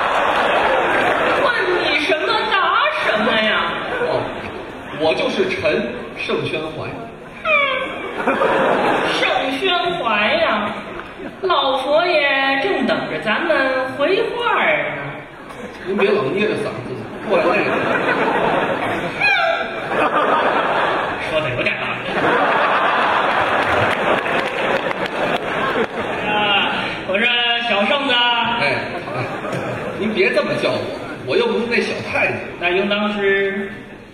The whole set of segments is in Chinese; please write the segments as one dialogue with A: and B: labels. A: 哦
B: 盛宣怀呀，老佛爷正等着咱们回话儿呢。
A: 您别老捏着嗓子过来那个，
B: 说的有点大。啊，我说小圣啊，
A: 哎，您别这么叫我，我又不是那小太监，
B: 那应当是，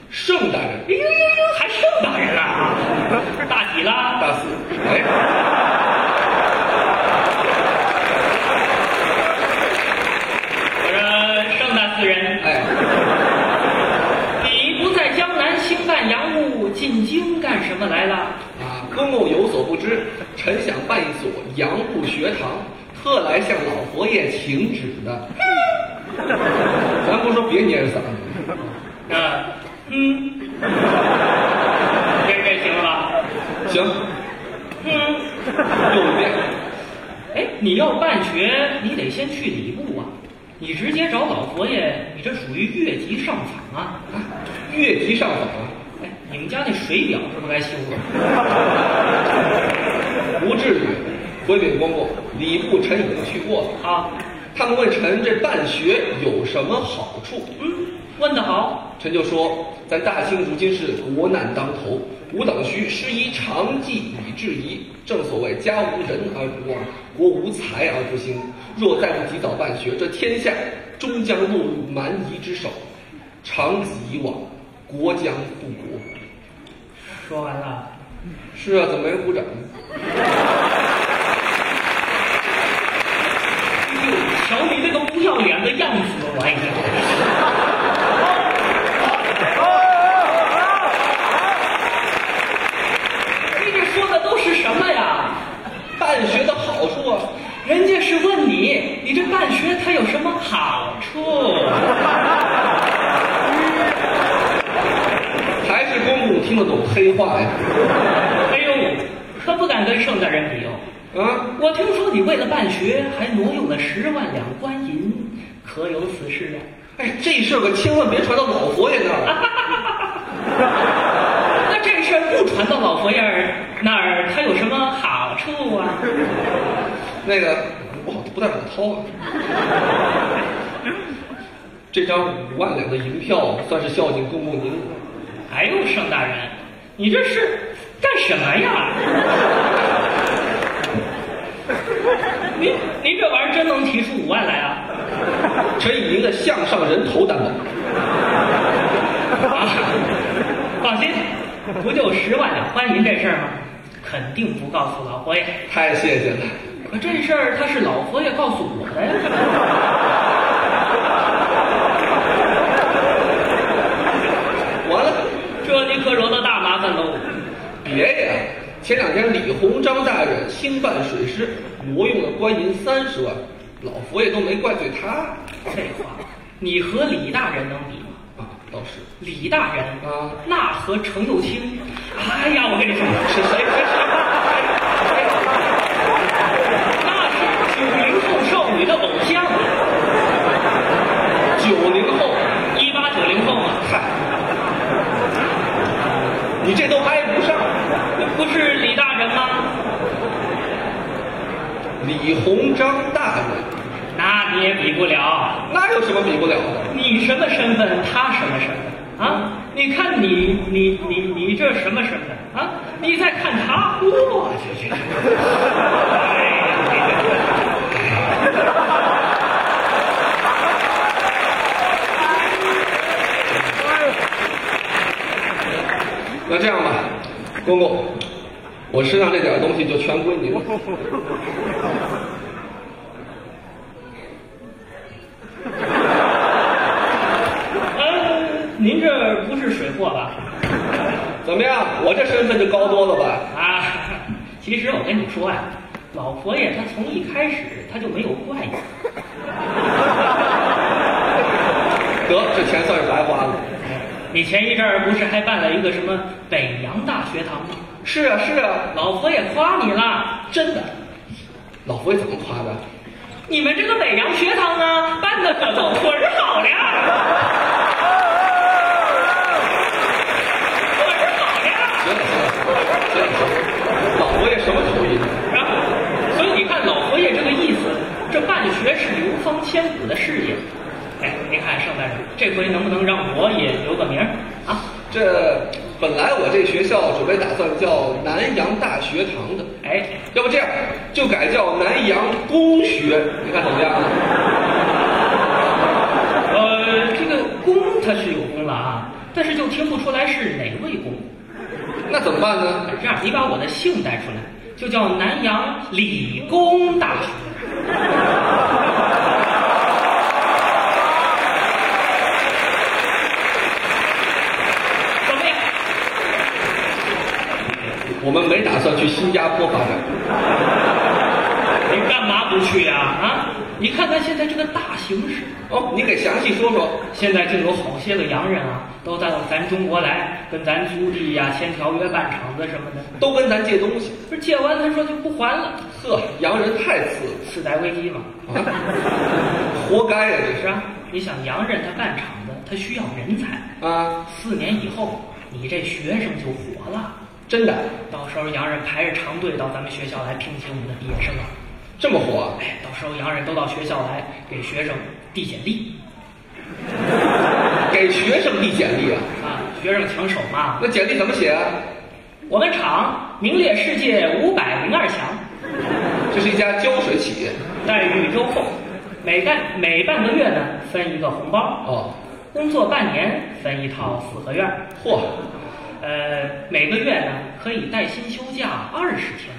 A: 盛大人
B: 哎呦呦呦，还盛大人了啊，大喜了。
A: 大四，哎，
B: 我说盛大四人，
A: 哎，
B: 你不在江南兴办洋务，进京干什么来了？
A: 啊，公公有所不知，臣想办一所洋务学堂，特来向老佛爷请旨的。咱不说别捏着嗓子，
B: 啊，嗯，这这行了吧？
A: 行，
B: 嗯，
A: 又一遍，
B: 哎，你要办学，你得先去礼部啊。你直接找老佛爷，你这属于越级上访啊！
A: 啊越级上访啊，
B: 哎，你们家那水表是不是该修啊了？
A: 不至于。回禀公公，礼部臣已经去过了。
B: 啊，
A: 他们问臣这办学有什么好处，
B: 嗯，问得好。
A: 臣就说：咱大清如今是国难当头，吾等须施以长计以制夷。正所谓家无人而不亡，国无才而不兴。若再不及早办学，这天下终将落入蛮夷之手。长此以往，国将复国。
B: 说完了，
A: 是啊，怎么没人鼓掌呢？
B: 哎呦，瞧你这个不要脸的样子，我哎呀！你这说的都是什么呀？
A: 办学的好处啊，
B: 人家是问你，你这办学它有什么好处？
A: 还是公公听得懂黑话呀？
B: 哎呦，可不敢跟盛大人比哦。
A: 啊，
B: 我听说你为了办学还挪用了十万两官银，可有此事
A: 哎，这事儿可千万别传到老佛爷那儿。
B: 啊？那这事儿不传到老佛爷儿那儿，它有什么好处啊？
A: 那个不好不太好掏啊。这张五万两的银票算是孝敬公公您，
B: 哎呦，盛大人，你这是干什么呀？您您这玩意儿真能提出五万来啊？
A: 臣以您的项上人头担保。
B: 啊，放心，不就十万两官银这事儿吗？肯定不告诉老佛爷。
A: 太谢谢了，
B: 可这事儿他是老佛爷告诉我的呀。
A: 完了，
B: 这你可惹到大麻烦喽。
A: 别呀！啊前两天李鸿章大人兴办水师，挪用了官银三十万，老佛爷都没怪罪他
B: 废话，你和李大人能比吗？
A: 啊，倒是
B: 李大人
A: 啊
B: 那和程又青，哎呀，我跟你说，是谁？那是九零后少女的偶像，
A: 九零后，
B: 一八九零后嘛。
A: 嗨，你这都挨不上。
B: 不是李大人吗？
A: 李鸿章大人，
B: 那你也比不了。
A: 那有什么比不了的？
B: 你什么身份，他什么身份啊？你看你你你你这什么身份啊？你再看他，我去这这。
A: 那这样吧，公公，我身上这点东西就全归您了。
B: 呃，您这不是水货吧？
A: 怎么样，我这身份就高多了吧？
B: 啊，其实我跟你说呀、啊老佛爷他从一开始他就没有怪你。
A: 得，这钱算是白花了。
B: 你哎前一阵儿不是还办了一个什么北洋大学堂吗？
A: 是啊，是啊，
B: 老佛爷夸你了，
A: 真的。老佛爷怎么夸的？
B: 你们这个北洋学堂呢，办的可都可是好了。可是好了。
A: 行了行了，
B: 千古的事业。哎，您看圣诞这回能不能让我也留个名儿啊？
A: 这本来我这学校准备打算叫南洋大学堂的，
B: 哎，
A: 要不这样就改叫南洋公学，你看怎么样？啊
B: 呃，这个公它是有公了啊，但是就听不出来是哪位公。
A: 那怎么办呢？
B: 这样，你把我的姓带出来，就叫南阳理工大学。怎么样？
A: 我们没打算去新加坡发展，
B: 你干嘛不去呀、啊？你看看现在这个大形势，
A: 哦，你给详细说说。
B: 现在就有好些个洋人啊，都到咱中国来，跟咱租地呀、签条约、办厂子什么的。
A: 都跟咱借东西。
B: 不是借完，他说就不还了，
A: 呵，洋人太次
B: 次贷危机嘛。
A: 了，啊、活该呀、
B: 是啊，你想洋人他干厂子，他需要人才。
A: 这是啊，
B: 四年以后，你这学生就火了，
A: 真的
B: 到时候洋人排着长队到咱们学校来聘请我们的毕业生啊。
A: 这么火啊？
B: 哎，到时候洋人都到学校来给学生递简历
A: 啊给学生递简历啊？
B: 啊，学生抢手嘛。
A: 那简历怎么写啊？
B: 我们厂名列世界五百零二强，
A: 这是一家胶水企业
B: 待遇优厚，每干每半个月呢分一个红包，
A: 哦，
B: 工作半年分一套四合院儿，
A: 嚯，
B: 呃，每个月呢可以带薪休假二十天。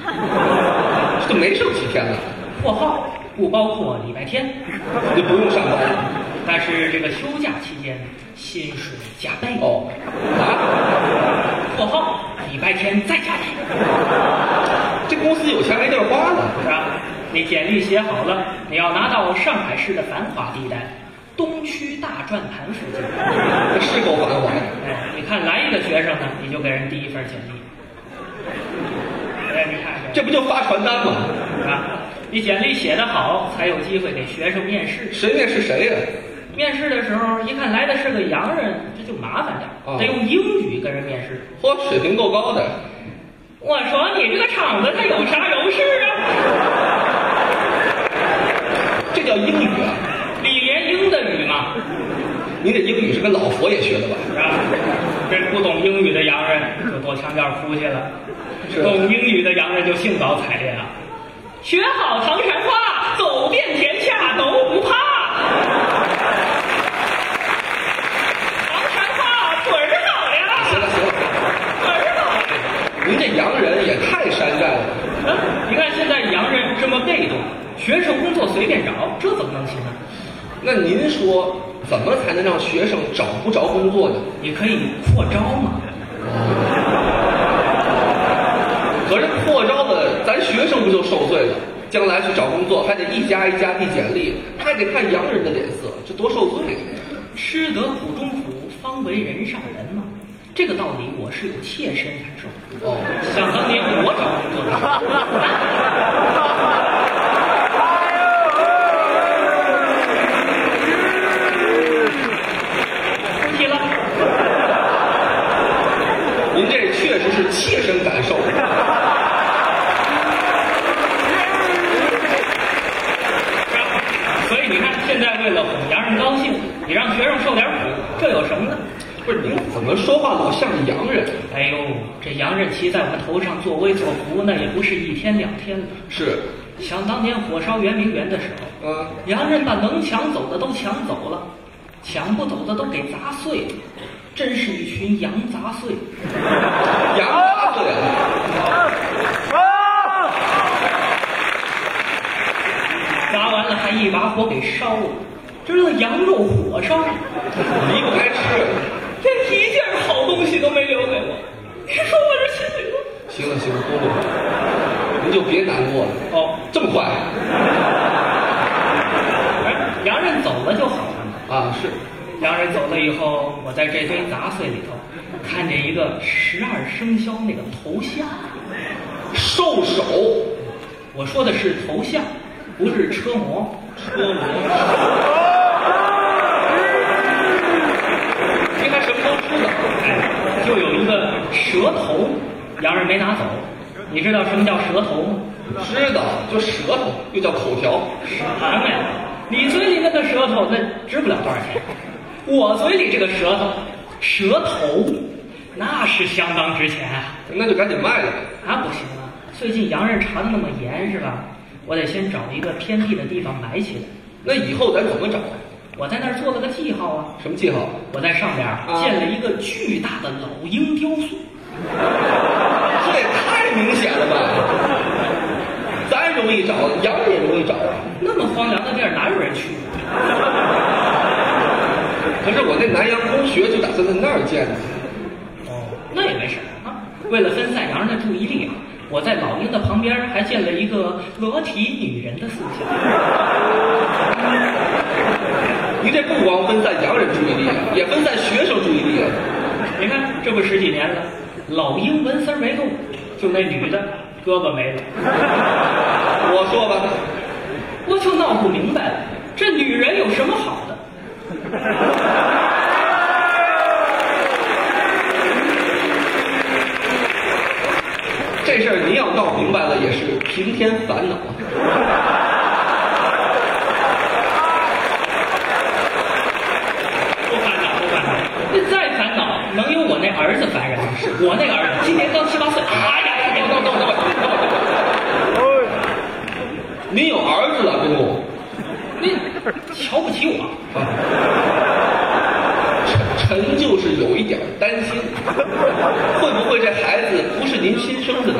A: 这没剩几天了，
B: 括号不包括礼拜天，
A: 就不用上班了。
B: 但是这个休假期间薪水加倍。
A: 哦，啊，
B: 括号礼拜天再加倍，
A: 这公司有钱没地儿花了。
B: 是吧？你简历写好了，你要拿到上海市的繁华地带，东区大转盘附近。
A: 这是够繁华的，
B: 哎，你看来一个学生呢，你就给人第一份简历。哎，你看
A: 这不就发传单吗？
B: 是吧？你简历写得好，才有机会给学生面试。
A: 谁面试谁呀、
B: 面试的时候一看来的是个洋人，这就麻烦点儿，
A: 哦
B: 得用英语跟人面试。
A: 嚯，水平够高的，
B: 我说你这个厂子它有啥优势啊？
A: 这叫英语啊！
B: 李莲英的语嘛，
A: 你这英语是跟老佛爷学的吧？
B: 是吧？这不懂英语的洋人就躲墙角哭去了，
A: 是
B: 懂英语的洋人就兴高采烈了，学好唐山话，走遍天下都不怕。 唐山话腿儿好
A: 行
B: 呀，
A: 了行了。
B: 腿儿好呀。
A: 您这洋人也太山寨了，
B: 啊 你看现在洋人这么被动，学生工作随便找，这怎么能行呢？
A: 那您说怎么才能让学生找不着工作呢？
B: 你可以扩招嘛。
A: 合着破招了，咱学生不就受罪了？将来去找工作还得一家一家递简历，还得看洋人的脸色，这多受罪！啊
B: 吃得苦中苦，方为人上人嘛。这个道理我是有切身感受的。
A: 哦，
B: 想当年我找工作的时候，出题了，
A: 您这确实是切身感受。
B: 所以你看，现在为了哄洋人高兴，你让学生受点苦，这有什么呢？
A: 不是您怎么说话老像洋人？
B: 哎呦，这洋人骑在我们头上作威作福，那也不是一天两天了。
A: 是，
B: 想当年火烧圆明园的时候，
A: 啊，
B: 洋人把能抢走的都抢走了，抢不走的都给砸碎了，真是一群洋杂碎。
A: 洋啊大嘴了，
B: 砸完了还一把火给烧了，这叫羊肉火烧。
A: 离不开吃。
B: 这一件好东西都没留给我，你是说我这心里头？
A: 行了行了，姑姑，您就别难过了，
B: 哦，
A: 这么快
B: 哎洋人走了就好了嘛。
A: 啊？是，
B: 洋人走了以后，我在这堆杂碎里头看见一个十二生肖那个头像。
A: 兽首，
B: 我说的是头像，不是车模。
A: 车模。
B: 应该什么都知道。哎，就有一个蛇头，洋人没拿走。你知道什么叫蛇头吗？
A: 知道，就舌头，又叫口条。
B: 什么呀？你嘴里那个舌头，那值不了多少钱。我嘴里这个舌头，舌头，那是相当值钱啊！
A: 那就赶紧卖了呗。
B: 啊，不行啊！最近洋人查的那么严，是吧？我得先找一个偏僻的地方埋起来。
A: 那以后咱怎么找？
B: 我在那儿做了个记号啊，
A: 什么记号？
B: 我在上边儿
A: 啊
B: 建了一个巨大的老鹰雕塑。
A: 这也太明显了吧！咱容易找，洋人也容易找啊。
B: 那么荒凉的地儿哪有人去啊？
A: 可是我那南洋公学就打算在那儿建的。
B: 哦，那也没事儿啊。为了分散洋人的注意力啊，我在老鹰的旁边还建了一个裸体女人的塑像。
A: 你这不光分散洋人注意力，啊也分散学生注意力啊了。
B: 你看，这不十几年了，老鹰纹丝儿没动，就那女的胳膊没了，
A: 我说吧，
B: 我就闹不明白了，这女人有什么好的？
A: 这事儿您要闹明白了，也是平添烦恼。啊
B: 不烦恼，不烦恼。那再烦恼，能有我那儿子烦人吗？我那个儿子今年刚七八岁，哎呀，哎呀，等等等
A: 您有儿子了，公 公。
B: 等，你瞧不起我？
A: 啊，臣臣就是有一点担心，会不会这孩子不是您亲生的呢？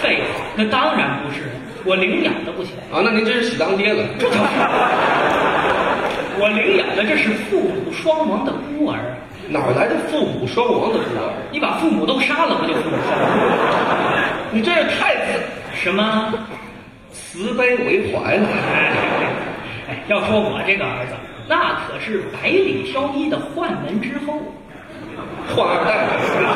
B: 废话，那当然不是，我领养的不行，
A: 啊，那您真是喜当爹了。
B: 我领养的这是父母双亡的孤儿，啊
A: 哪儿来的父母双亡的孤儿？
B: 你把父母都杀了，不就父母双亡？
A: 你真是太慈
B: 什么？
A: 慈悲为怀了。
B: 哎，哎要说我这个儿子，那可是百里挑一的宦门之后。
A: 换二代，
B: 啊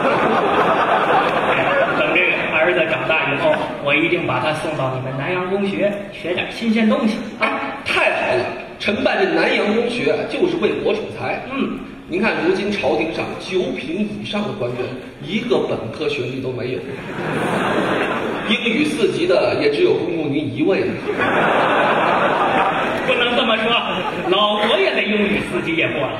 B: 等这个儿子长大以后，我一定把他送到你们南洋公学学点新鲜东西啊！
A: 哎，太好了！臣办这南洋公学就是为国储才。
B: 嗯，
A: 您看，如今朝廷上九品以上的官员，一个本科学历都没有，英语四级的也只有公公您一位了。
B: 不能这么说，老佛爷的英语四级也过了。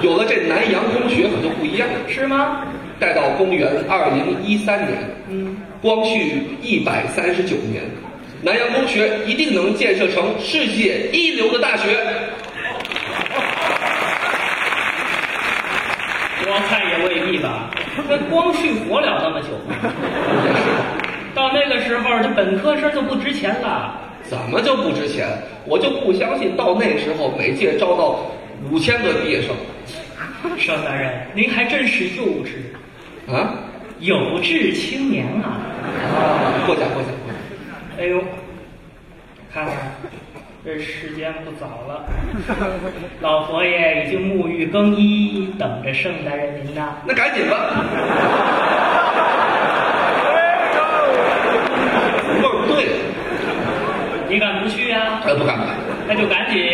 A: 有了这南洋公学可就不一样了。
B: 是吗？
A: 待到公元二零一三年，
B: 嗯，
A: 光绪一百三十九年，南洋公学一定能建设成世界一流的大学。
B: 我看也未必吧。那光绪活了那么久吗，
A: 也是，
B: 到那个时候，这本科生就不值钱了。
A: 怎么就不值钱？我就不相信到那时候每届招到五千个毕业生，
B: 邵大人，您还真是幼稚，
A: 啊？
B: 有志青年啊！
A: 过奖过奖过奖。
B: 哎呦，看看，这时间不早了，老佛爷已经沐浴更衣，等着圣大人您呐。
A: 那赶紧吧。味儿不对，
B: 你敢不去啊？
A: 哦呃，不敢不敢。
B: 那就赶紧